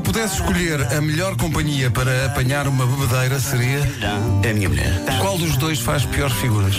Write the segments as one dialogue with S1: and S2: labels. S1: pudesse escolher a melhor companhia para apanhar uma bebedeira, seria.
S2: É a minha mulher.
S1: Qual dos dois faz piores figuras?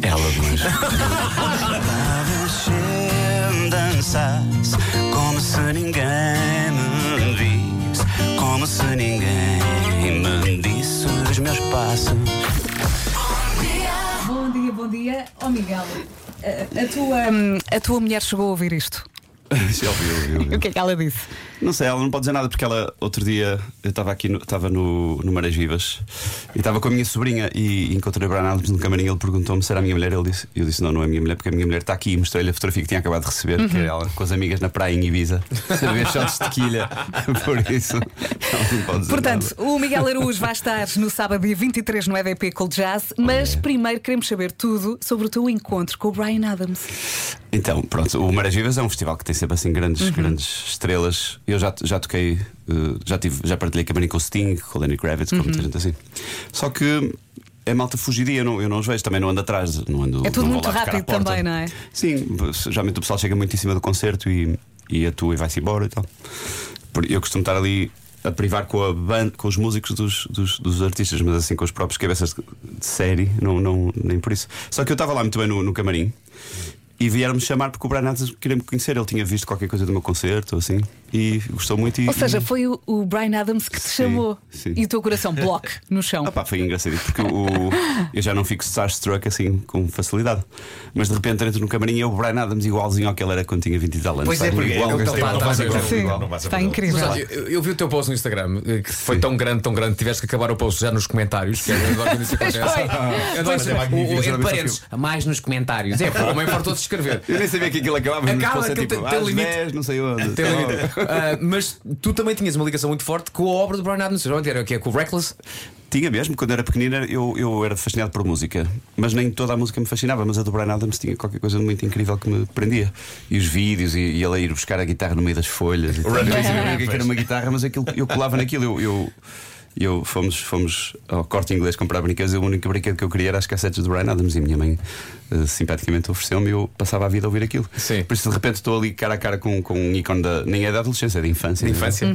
S2: Ela demais. danças como se ninguém me visse, como se ninguém me disse os meus passos.
S3: Bom dia, bom dia. Ó Miguel, a, a tua, hum, a tua mulher chegou a ouvir isto.
S4: Já ouviu, ouviu,
S3: E
S4: ouviu.
S3: o que é que ela disse?
S4: Não sei, ela não pode dizer nada porque ela outro dia eu estava aqui, no- estava no, no Marés Vivas e estava com a minha sobrinha e encontrei o Brian Adams no camarim. Ele perguntou-me se era a minha mulher. Ele disse, eu disse: Não, não é a minha mulher, porque a minha mulher está aqui e mostrei-lhe a fotografia que tinha acabado de receber, que era ela com as amigas na praia em Ibiza, a ver shots de tequilha. Por isso, ela não pode dizer
S3: Portanto,
S4: nada.
S3: o Miguel Araújo vai estar no sábado dia 23 no EDP Cold Jazz, mas primeiro queremos saber tudo sobre o teu encontro com o Brian Adams.
S4: Então, pronto, o Marés Vivas é um festival que tem sempre assim grandes,
S3: Uhum.
S4: grandes estrelas. Eu já, já toquei, eh, já, tive, já partilhei camarim com o Sting, com o Lenny Kravitz, com
S3: Uhum.
S4: muita gente assim. Só que é malta fugiria, eu não, eu não os vejo, também não ando atrás. Não ando,
S3: É tudo
S4: não vou
S3: muito
S4: lá tocar à
S3: rápido
S4: porta.
S3: também, não é?
S4: Sim, geralmente o pessoal chega muito em cima do concerto e, e atua e vai-se embora e tal. Por- Eu costumo estar ali a privar com, a ban- com os músicos dos, dos, dos artistas, mas assim com os próprios cabeças de de série, não, não, nem por isso. Só que eu estava lá muito bem no, no camarim e vieram-me chamar porque o Brian Adams queria me conhecer. Ele tinha visto qualquer coisa do meu concerto, assim, e gostou muito. E,
S3: Ou seja, foi o, o Brian Adams que te
S4: Sim,
S3: chamou
S4: sim.
S3: e o teu coração bloque no chão.
S4: Ah pá, foi engraçadito porque o- eu já não fico starstruck assim com facilidade. Mas de repente entro no camarim e é o Brian Adams igualzinho ao que ele era quando tinha 20 e tal anos.
S5: Pois é,
S4: Sabe?
S5: porque
S4: igual,
S5: é o que
S4: gastei
S5: ele
S4: uma
S5: está a
S4: coisa
S5: fazer.
S4: que era
S3: Sim,
S4: igual.
S3: está incrível.
S5: Mas, olha, eu, eu vi o teu post no Instagram, eh, que foi tão grande, tão grande, tiveste que acabar o post já nos comentários. Que eu adoro quando isso acontece.
S3: Pois foi.
S5: Eu adoro
S4: Pois é,
S5: saber,
S4: magnífico,
S5: o- o-
S4: isso era
S5: Entre
S4: bem
S5: parênteses, mais nos comentários. É, pô, o homem fartou de escrever.
S4: Eu nem sabia que aquilo acabava, mas
S5: Acaba,
S4: depois é
S5: aquilo
S4: tipo,
S5: tem- tem
S4: às
S5: limite.
S4: 10, não sei onde.
S5: Tem limite. Ah, mas tu também tinhas uma ligação muito forte com a obra do Brian Adams. Onde era o que é com o Reckless?
S4: Tinha mesmo, quando era pequenina eu, eu era fascinado por música, mas nem toda a música me fascinava, mas a do Brian Adams tinha qualquer coisa muito incrível que me prendia. E os vídeos, e, e ele a ir buscar a guitarra no meio das folhas. e tal. Eu nem sabia o que é que era uma guitarra, mas aquilo, eu colava naquilo. Eu, eu, eu- fomos, fomos ao corte inglês comprar brinquedos e o único brinquedo que eu queria era as cassetes do Brian Adams. E a minha mãe eh, simpaticamente ofereceu-me e eu passava a vida a ouvir aquilo.
S5: Sim.
S4: Por isso de repente estou ali cara a cara com, com um ícone da. nem é da adolescência, é da infância.
S5: De
S4: não é?
S5: infância.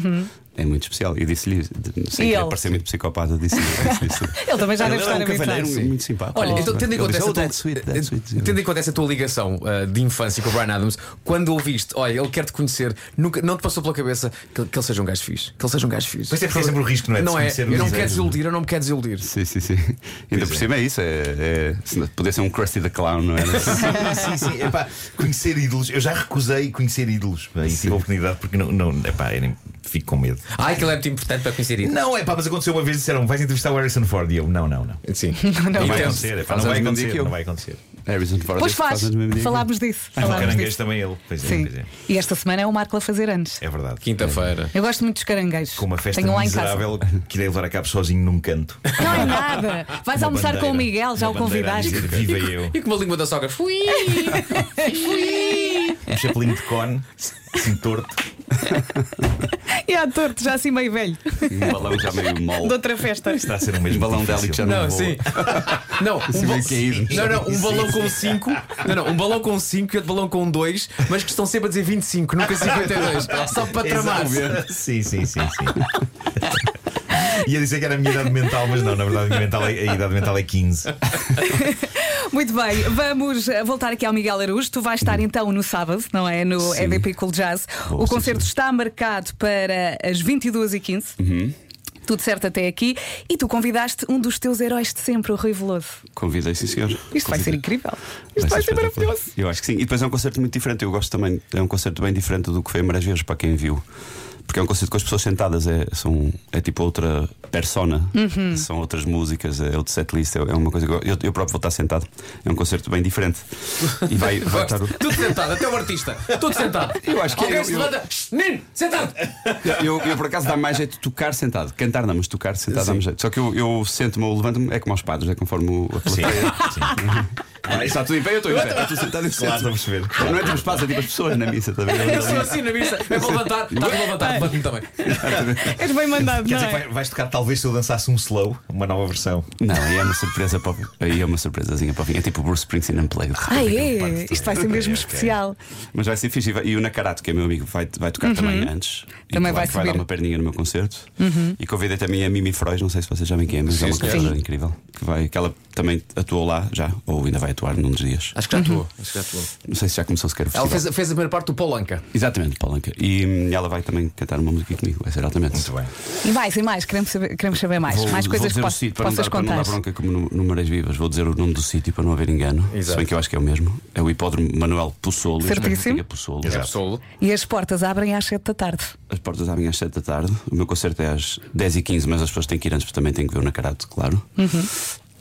S4: É muito especial. E disse-lhe,
S3: E
S4: sem querer
S3: ele?
S4: parecer muito psicopata, disse-lhe disse-lhe isso.
S3: Ele também já deve
S4: Ele era
S3: estar
S4: um
S3: habituado.
S4: cavalheiro
S3: sim.
S4: muito simpático.
S5: Olha, então tendo em
S4: Ele
S5: conta
S4: disse,
S5: essa
S4: "Oh,
S5: tua- eh,
S4: that's sweet, that's sweet."
S5: tendo em conta essa tua ligação ah, de infância com o Brian Adams, quando ouviste, olha, ele quer te conhecer, nunca, não te passou pela cabeça que, que ele seja um gajo fixe, que ele seja um gajo fixe.
S2: Pois é, porque é sempre o risco, não é? De
S5: Não é,
S2: se
S5: eu
S2: conhecer,
S5: não
S2: mas
S5: me quero
S2: é.
S5: desiludir, eu não me quero desiludir.
S4: Sim, sim, sim. Ainda por cima é isso. É, é, se não- podia ser um Krusty the Clown, não era?
S2: sim, sim. Epá, conhecer ídolos. Eu já recusei conhecer ídolos. Bem, tive a oportunidade porque não. não epá, eu nem fico com medo.
S5: Ah, aquilo é muito importante para conhecer isso.
S2: Não, é pá, mas aconteceu uma vez disseram vais entrevistar o Harrison Ford e eu, não, não, não.
S5: Sim.
S2: Não
S5: E
S2: vai
S5: tem-
S2: acontecer, epá,
S4: faz
S2: não vai
S4: anos no dia
S2: acontecer,
S4: que eu.
S2: não vai acontecer.
S4: Harrison Ford.
S3: Pois
S4: este
S3: faz,
S4: anos no mesmo dia.
S3: falámos disso.
S6: um
S2: Mas o
S3: falámos
S2: caranguejo
S3: disso.
S2: também é ele. Pois é,
S3: Sim.
S2: pois é.
S3: E esta semana é o Marco a fazer anos.
S2: É verdade. É.
S5: Quinta-feira.
S3: Eu gosto muito dos caranguejos.
S2: Com uma festa
S3: Tenho lá em casa.
S2: miserável que irei levar a cabo sozinho num canto.
S3: Não é nada. Vais
S2: Uma
S3: almoçar com o
S2: bandeira.
S3: Miguel, já
S2: Uma
S3: o
S2: bandeira a
S3: convidaste.
S2: dizer, Viva eu.
S5: E com uma língua da sogra. Fui! Fui!
S2: Um chapelinho de cone, assim torto.
S3: E há torto, já assim meio velho.
S4: Um balão já meio
S3: De
S4: mole.
S3: outra festa.
S2: Está a ser o
S4: Um
S2: mesmo
S4: balão dela que já não,
S5: Não,
S4: voa.
S5: sim. Não, um
S4: meio
S5: ba-
S2: é
S4: caído.
S5: não, não, um balão com 5. Não, não, um balão com 5 e outro balão com 2, mas que estão sempre a dizer 25, nunca 52. Só para tramar.
S2: Exato. Sim, sim, sim, sim. Ia dizer que era a minha idade mental, mas não, na verdade a, minha mental é- a idade mental é 15.
S3: Muito bem, vamos eh, voltar aqui ao Miguel Araújo. Tu vais estar então no sábado, não é? No EDP Cool Jazz.
S4: Vou,
S3: o
S4: sim,
S3: concerto está marcado para as 22h15. Tudo certo até aqui. E tu convidaste um dos teus heróis de sempre, o Rui Veloso.
S4: Convidei, sim, senhor.
S3: Isto vai ser
S4: Convidei.
S3: incrível. Isto vai ser
S4: espetacular.
S3: maravilhoso.
S4: Eu acho que sim. E depois é um concerto muito diferente. Eu gosto também. É um concerto bem diferente do que foi a Marés Verdes, para quem viu. Porque é um concerto com as pessoas sentadas. É, são, é tipo outra persona. São outras músicas. É outro setlist. É, é uma coisa que eu, eu, eu próprio vou estar sentado. É um concerto bem diferente. E vai, vai estar. o-
S5: Tudo sentado, até o artista. Tudo sentado.
S4: Eu
S2: é
S4: acho que
S5: Alguém
S4: eu-
S5: se
S4: eu-
S5: levanta. Menino, sentado!
S4: Eu, eu, por acaso dá mais jeito de tocar sentado. Cantar não, mas tocar sentado dá-me jeito. Só que eu, eu sento-me ou levanto-me. É como aos padres, é conforme o- a
S2: Sim,
S4: plateia.
S2: sim.
S4: Ah, está tudo em pé, eu estou em pé. Eu Estou sentado em claro, estou a perceber. Não é tipo espaço, é tipo as pessoas na missa também.
S5: Eu sou assim na missa. Eu vou levantar, estás a levantar, levanta-me também.
S3: És bem mandado,
S6: Quer
S3: não
S6: dizer que
S3: é?
S6: vai- vais tocar talvez se eu lançasse um slow, uma nova versão.
S4: Não, aí é uma surpresa para o fim. Aí é uma surpresazinha para o fim. É tipo Bruce Springsteen Unplugged.
S3: Ah, é? Isto vai ser mesmo especial.
S4: Mas vai ser fixe. E vai- E o Nakarato, que é meu amigo, vai, vai tocar também antes. E
S3: Uhum. Também
S4: claro
S3: vai
S4: que vai dar
S3: subir. Uhum.
S4: uma perninha no meu concerto. E convidei também a Mimi Frois, não sei se vocês sabem quem é, mas é uma
S5: senhor.
S4: cantora incrível. Que, vai, que ela também atuou lá já, ou ainda vai atuar num dos dias.
S5: Acho que já atuou. Uhum. Acho que já atuou.
S4: Não sei se já começou sequer o
S5: Ah. Ela
S4: festival.
S5: fez, fez a primeira parte do Polanca.
S4: Exatamente, Palanca. E hum, ela vai também cantar uma música comigo, vai ser altamente.
S6: Muito bem.
S3: E mais, e mais, queremos saber, queremos saber mais.
S4: Vou-
S3: mais
S4: vou
S3: coisas
S4: dizer
S3: que
S4: o
S3: po-
S4: sítio para não
S3: possas
S4: dar- para não
S3: contar.
S4: dar bronca como no, no Marés Vivas, vou dizer o nome do sítio para não haver engano.
S5: Exato.
S4: Se bem que eu acho que é o mesmo. É o hipódromo Manuel Possolo. eu espero que
S3: Certíssimo.
S4: diga Possolo.
S5: Solo.
S3: E as portas abrem às 7 da tarde.
S4: As portas abrem às 7 da tarde. O meu concerto é às 10h15, mas as pessoas têm que ir antes, porque também têm que ver o Nakarato, claro.
S3: Uhum.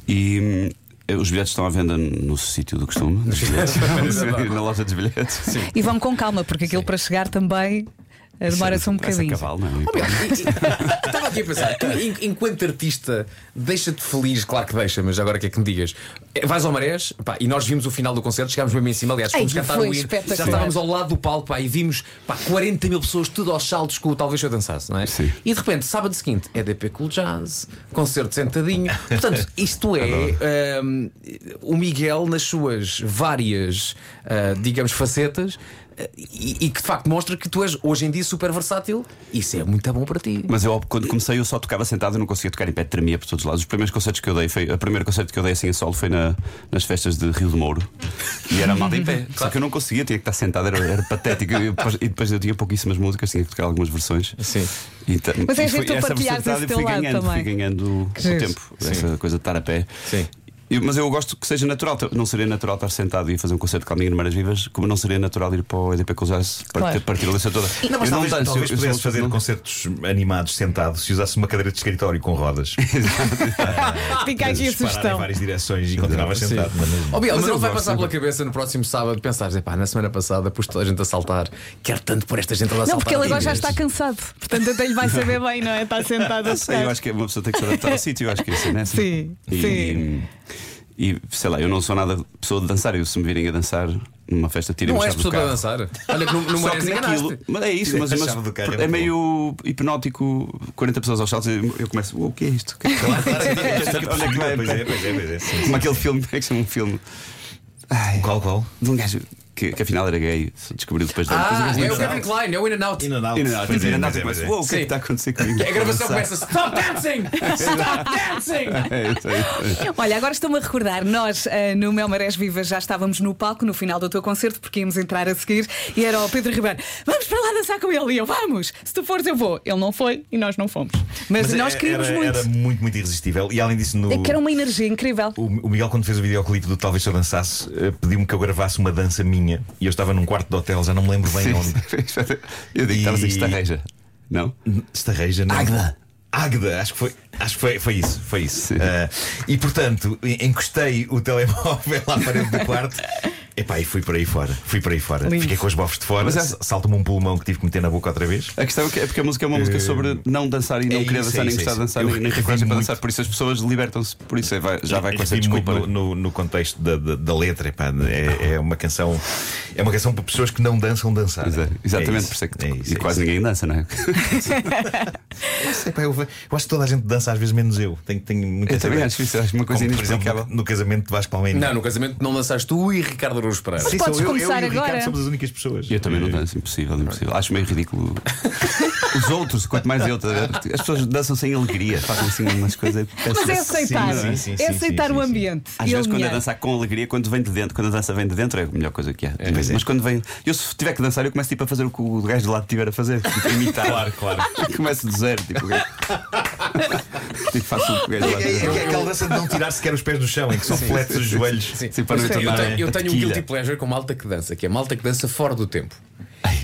S4: E. hum, eh, Os bilhetes estão à venda no sítio do costume, nos bilhetes. na loja dos bilhetes. Sim.
S3: E vão com calma, porque aquilo para chegar também eh, demora-se um
S4: Vai-se a
S3: bocadinho.
S4: cavalo, não é?
S5: Estava aqui a pensar, tu, en- enquanto artista, deixa-te feliz, claro que deixa, mas agora o que é que me digas? Eh, Vais ao Marés, pá, e nós vimos o final do concerto, chegámos mesmo em cima, aliás, fomos
S3: Ei,
S5: cantar
S3: foi
S5: o hino, já
S3: espetacular.
S5: estávamos ao lado do palco, pá, e vimos pá, 40 mil pessoas, tudo aos saltos, com o talvez eu dançasse, não é?
S4: Sim.
S5: E de repente, sábado seguinte, é DP Cool Jazz, concerto sentadinho. Portanto, isto é ahm, o Miguel nas suas várias, ah, digamos, facetas. ah, E, e que de facto mostra que tu és hoje em dia super versátil, isso é muito bom para ti.
S4: Mas eu, quando comecei, eu só tocava sentado, eu não conseguia tocar em pé, tremia por todos os lados. Os primeiros concertos que eu dei, foi, o primeiro concerto que eu dei assim a solo foi na- nas festas de Rio de Mouro. E era mal em
S6: Uhum.
S4: pé. Só que eu não conseguia, tinha que estar sentado, era, era patético. E depois, e depois eu tinha pouquíssimas músicas, tinha que tocar algumas versões.
S5: Sim.
S4: Então,
S3: Mas é
S4: e
S3: giro
S4: foi
S3: tu
S4: essa
S3: partilhares esse
S4: versatilidade, eu
S3: teu
S4: fui
S3: lado
S4: ganhando,
S3: também.
S4: fui ganhando
S3: Que
S4: o
S3: giro.
S4: tempo, essa coisa de estar a pé.
S5: Sim.
S4: Eu- Mas eu gosto que seja natural, não seria natural estar sentado e fazer um concerto com alguém de Maras Vivas, como não seria natural ir para o EDP Cousás para
S3: Claro.
S4: ter partir a lista toda.
S6: Não, mas
S4: Eu
S6: talvez,
S4: danço,
S6: talvez
S4: eu- eu sou
S6: pudesse
S4: um-
S6: fazer concertos animados sentado se usasse uma cadeira de escritório com rodas.
S3: Fica aqui a
S6: Pudesses né? parar em
S3: sugestão.
S6: várias direções e continuavas sentado. mas não- é
S5: Ó, Biel, Oh, mas,
S4: eu
S5: não vai
S4: gosto.
S5: passar pela cabeça no próximo sábado pensares, epá, na semana passada pus toda a gente a saltar, quero tanto por esta gente a saltar.
S3: Não, porque ele agora já
S5: outra
S3: está
S5: vez."
S3: cansado. Portanto, até lhe vai saber bem, não é? Está sentado a
S4: Sei, Ah, eu
S3: tocar.
S4: acho que é, uma pessoa tem que se adaptar ao sítio, eu acho que é assim, né?
S3: Sim,
S4: e,
S3: sim.
S4: E sei lá, eu não sou nada pessoa de dançar, eu se me virem a dançar numa festa, tirem
S5: Não
S4: me
S5: és
S4: do
S5: pessoa para
S4: carro.
S5: dançar. um Olha que não, não
S4: Só
S5: és
S4: que
S5: enganaste.
S4: naquilo, mas é isso,
S6: Tirei
S4: mas,
S6: a
S4: mas
S6: chave do carro, é
S4: é
S6: muito
S4: meio hipnótico 40 pessoas aos saltos e eu começo, "Uou, o que é isto? O que é que- Onde é que vai?
S6: Pois é, pois é, pois é. sim.
S4: Como aquele filme, como é que chama um filme Ai,
S6: Qual, qual?
S4: de um gajo que, que afinal era gay, se descobriu depois da
S5: Ah,
S4: depois
S5: é
S4: eu-
S5: o Kevin Klein, é o In and Out.
S6: In and out.
S4: E não,
S6: Pois é,
S4: tipo, andava
S6: pois é,
S4: e começa,
S6: pois é.
S4: "Uou, o que é que
S5: Sim.
S4: está a acontecer comigo?
S5: A gravação
S4: Vou
S5: começa
S4: dançar."
S5: Stop dancing! Stop dancing!
S4: É isso, é isso.
S3: Olha, agora estou-me a recordar, nós ah, no Mel Marés Vivas já estávamos no palco no final do teu concerto, porque íamos entrar a seguir e era o Pedro Ribeiro, vamos para lá dançar com ele e eu, vamos, se tu fores eu vou. Ele não foi e nós não fomos. Mas,
S6: Mas
S3: nós
S6: é-
S3: queríamos
S6: era,
S3: muito.
S6: Era muito, muito irresistível. E além disso, no.
S3: É que era uma energia incrível.
S6: O o Miguel, quando fez o videoclipe do Talvez Se Eu Dançasse, eh, pediu-me que eu gravasse uma dança minha e eu estava num quarto de hotel, já não me lembro bem onde.
S4: Eu digo que estavas
S6: E-
S4: em estarreja. Não? é?
S6: Estarreja, não?
S4: Águeda.
S6: Águeda, acho que foi, acho que foi, foi isso, foi isso. Ah, e portanto, en- encostei o telemóvel à parede do quarto. Epá, e fui por aí fora, fui por aí fora.
S3: Lindo.
S6: Fiquei com os bofos de fora,
S4: Mas é-
S6: s- salta-me um pulmão que tive que meter na boca outra vez.
S4: A questão é que- é porque a música é uma música sobre não dançar e não
S6: é
S4: querer
S6: isso,
S4: dançar,
S6: é
S4: nem
S6: isso,
S4: gostar de
S6: é isso.
S4: dançar,
S6: Eu
S4: nem nem ter
S6: revi
S4: coragem para
S6: muito.
S4: dançar. Por isso as pessoas libertam-se. Por isso é, vai- já vai com essa
S6: Refiro-me
S4: desculpa. né?
S6: muito no, no- no contexto da, da- da letra, epá, é, é uma canção, é uma canção para pessoas que não dançam dançar.
S4: Pois é, exatamente,
S6: É
S4: por isso é que
S6: é
S4: e
S6: isso, é
S4: quase
S6: isso.
S4: ninguém dança, não é?
S6: Sei, pá, eu, ve- eu acho que toda a gente dança, às vezes menos eu. Tenho, tenho muita
S4: Eu também
S6: saber.
S4: acho isso, acho uma coisa
S6: Como, Por exemplo,
S4: inexplicável.
S6: no casamento de Vasco Palmeiras.
S5: Não, no casamento não lançaste tu e Ricardo Araújo Pereira.
S3: Sim. Podes
S6: sou eu,
S3: começar
S6: eu e o
S3: agora.
S6: Ricardo somos as únicas pessoas.
S4: Eu também não danço, É impossível, impossível. Acho meio ridículo. Os outros, quanto mais eu, tá a ver? as pessoas dançam sem alegria, fazem assim umas coisas.
S3: Mas é
S4: péssimas.
S3: aceitar,
S6: sim, sim, sim,
S3: é aceitar
S6: sim,
S3: o
S6: sim.
S3: ambiente.
S4: Às
S3: e
S4: vezes, quando é
S3: alinhar.
S4: dançar com alegria, quando vem de dentro, quando a dança vem de dentro, é a melhor coisa que há.
S6: Pois é.
S4: Mas quando vem. Eu, se tiver que dançar, eu começo tipo, a fazer o que o gajo de lado tiver a fazer, tipo, a imitar.
S6: Claro, claro.
S4: começo do zero, tipo, o gajo. tipo, faço o que o gajo de
S6: É,
S4: lado
S6: é,
S4: tiver.
S6: é, é aquela dança de não tirar sequer os pés do chão, em que só fletes os joelhos.
S4: Sim, para não
S5: Eu
S4: tornar
S6: Ah, é?
S5: tenho, eu tenho um
S4: tequila.
S5: guilty pleasure com malta que dança, que é malta que dança fora do tempo.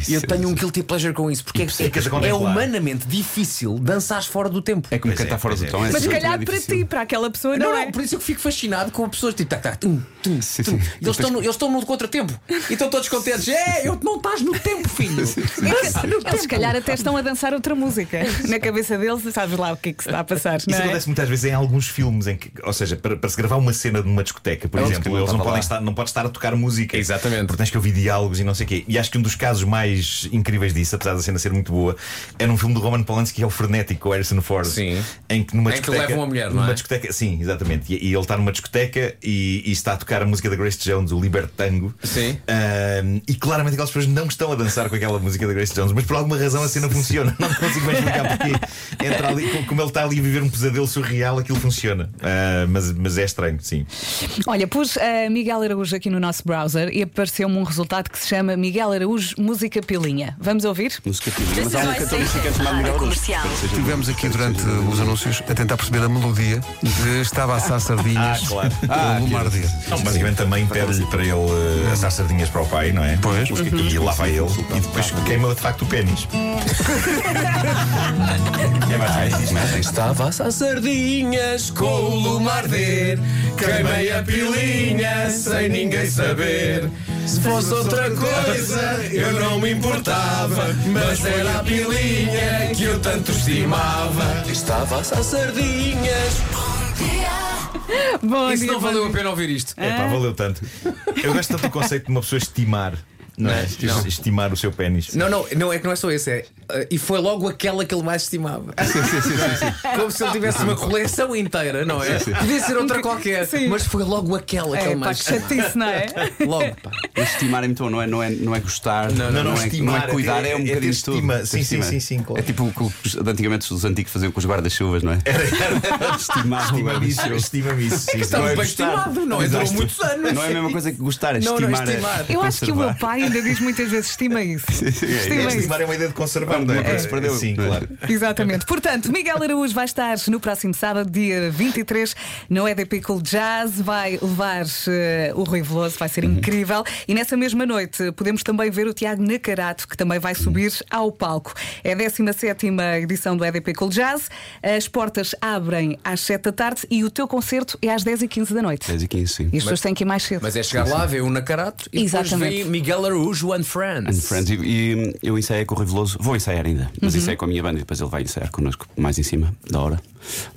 S4: isso,
S5: eu
S4: é
S5: tenho um
S4: isso.
S5: guilty pleasure com isso, porque é,
S6: Isso é que é
S5: é
S6: contemporar.
S5: humanamente difícil dançares fora do tempo.
S4: É como
S6: Pois é,
S4: cantar fora
S6: pois
S4: do
S6: é.
S4: tom. é
S3: Mas se
S4: sempre
S3: calhar para
S4: difícil.
S3: ti, para aquela pessoa, não,
S5: Não,
S3: é?
S5: não, por isso eu fico fascinado com pessoas tipo, tac, tac, tum, tum,
S4: Sim,
S5: tum.
S4: sim.
S5: E eles estão no, eles estão no contratempo e estão todos contentes. É, eu não estás no tempo, filho. Dança no
S3: é Eles se
S5: tempo.
S3: calhar até estão a dançar outra música na cabeça deles, sabes lá o que é que se está a passar. Não
S6: Isso
S3: é?
S6: acontece muitas vezes em alguns filmes, em que, ou seja, para, para se gravar uma cena de uma discoteca, por
S5: Eles É que
S6: exemplo,
S5: não
S6: eles não
S5: estavam
S6: podem
S5: lá.
S6: estar, não pode estar a tocar música.
S5: Exatamente.
S6: Porque tens que ouvir diálogos e não sei o quê. E acho que um dos casos mais incríveis disso, apesar da cena ser muito boa, é num filme do Roman Polanski que é o Frenético, com o Harrison Ford.
S5: Sim.
S6: Em que numa
S5: Em que
S6: discoteca.
S5: levam a mulher, não
S6: numa
S5: é?
S6: discoteca, sim, exatamente. E, e ele está numa discoteca e, e está a tocar a música da Grace Jones, o Libertango.
S5: Sim.
S6: Ahm, e claramente aquelas pessoas não estão a dançar com aquela música da Grace Jones, mas por alguma razão a cena funciona. Não consigo bem explicar porque entra ali, co- como ele está ali a viver um pesadelo surreal, aquilo funciona. Ah, mas, mas é estranho, sim.
S3: Olha, pus ah, Miguel Araújo aqui no nosso browser e apareceu-me um resultado que se chama Miguel Araújo Música Pilinha. Vamos ouvir? é
S4: Música pílula. Mas
S7: This
S4: há
S7: is
S4: um
S7: my
S4: cantor música
S7: station.
S4: chamado Miguel
S7: Rádio
S4: Araújo.
S7: Comercial.
S1: Estivemos aqui durante os anúncios a tentar perceber a melodia de Estava a assar sardinhas.
S6: Ah, claro.
S1: Ah, Lumardi.
S6: Não, basicamente também pede-lhe para ele ah, assar sardinhas para o pai, não é?
S1: Pois.
S6: E lá vai ele. E depois queima de facto o pênis. é basicamente isto, não é?
S5: Estava a sardinhas com o lume a arder. Queimei a pilinha sem ninguém saber. Se fosse outra coisa, eu não me importava. Mas era a pilinha que eu tanto estimava. Estava a sardinhas.
S3: Bom
S5: Isso
S3: dia,
S5: não
S3: bom
S5: valeu a
S3: dia.
S5: pena ouvir isto.
S6: É pá, valeu tanto. Eu gosto tanto do conceito de uma pessoa estimar, não é?
S5: Não.
S6: Estimar o seu pênis.
S5: Não, não, não é que não é só esse, é. eh, e foi logo aquela que ele mais estimava. Como se ele tivesse uma coleção inteira, não é? Podia ser outra qualquer,
S3: Sim.
S5: mas foi logo aquela que
S3: É,
S5: ele
S3: pá,
S5: mais
S3: que chatice, não é?
S5: Logo, pá.
S4: Estimar então não é, não é, não é gostar, não,
S6: não,
S4: é,
S6: estimar,
S4: não é cuidar, é,
S6: é-
S4: um
S6: é ter
S4: bocadinho de tudo.
S6: estima.
S4: Ter
S6: Sim, sim, sim, sim, claro.
S4: É tipo o que os- antigamente os antigos faziam com os guarda-chuvas, não é? Estimar o
S6: Estima-me isso.
S4: guarda-chuvas.
S6: Estima-me isso. sim,
S5: Estava
S6: sim.
S5: bem estimado, não é? Durou muitos anos.
S4: Não é a mesma coisa que gostar, é
S5: Não, não,
S4: estimar. é-
S5: estimar.
S4: é
S3: Eu acho que o meu
S4: conservar.
S3: pai ainda diz muitas vezes: estima isso. Estima isso.
S6: Estimar é uma ideia de conservar,
S4: Quando
S6: não
S4: uma
S6: é?
S4: coisa se perdeu.
S6: Sim, claro.
S3: Exatamente. Portanto, Miguel Araújo vai estar no próximo sábado, dia 23, no EDP Cool Jazz. Vai levar eh, o Rui Veloso, vai ser
S5: Uhum.
S3: incrível. E nessa mesma noite eh, podemos também ver o Tiago Nacarato, que também vai subir ao palco. É a 17 edição do EDP Cool Jazz. As portas abrem às 7 da tarde e o teu concerto é às 10h15 da noite.
S4: 10 e 15, sim.
S3: E as pessoas têm que ir mais cedo.
S5: Mas é chegar lá, ver o Nakarato e depois
S3: Exatamente.
S5: vem Miguel Araújo and Friends.
S4: And Friends. E, e eu ensaiei com o Rui Veloso, vou ensaiar ainda, mas ensaiei com a minha banda e depois ele vai ensaiar connosco mais em cima da hora.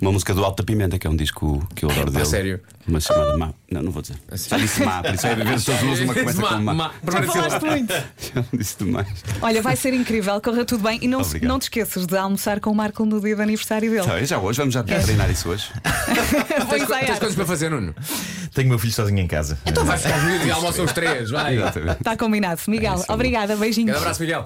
S4: Uma música do Alta Pimenta, que é um disco que eu adoro dele.
S5: sério?
S4: Uma chamada Má. Não, não vou dizer. Já disse Má, por isso é de vez todos os uma começa
S5: Má,
S4: com Má.
S5: má.
S3: Já
S5: Primeira sílaba.
S3: falaste muito.
S4: Já disse demais.
S3: Olha, vai ser incrível, corra tudo bem. E não, se-
S4: Obrigado.
S3: não te esqueças de almoçar com o Marco no dia de aniversário dele.
S4: Tá, é já hoje, vamos já treinar isso hoje.
S3: Vou
S5: Tens co-
S3: ensaiar.
S5: Tens coisas para fazer, Nuno?
S6: Tenho meu filho sozinho em casa.
S5: Então vai ficar junto e almoçam os três, vai.
S4: Exatamente.
S3: Está combinado. Tá Miguel, obrigada. Beijinhos.
S5: É Grande abraço, Miguel.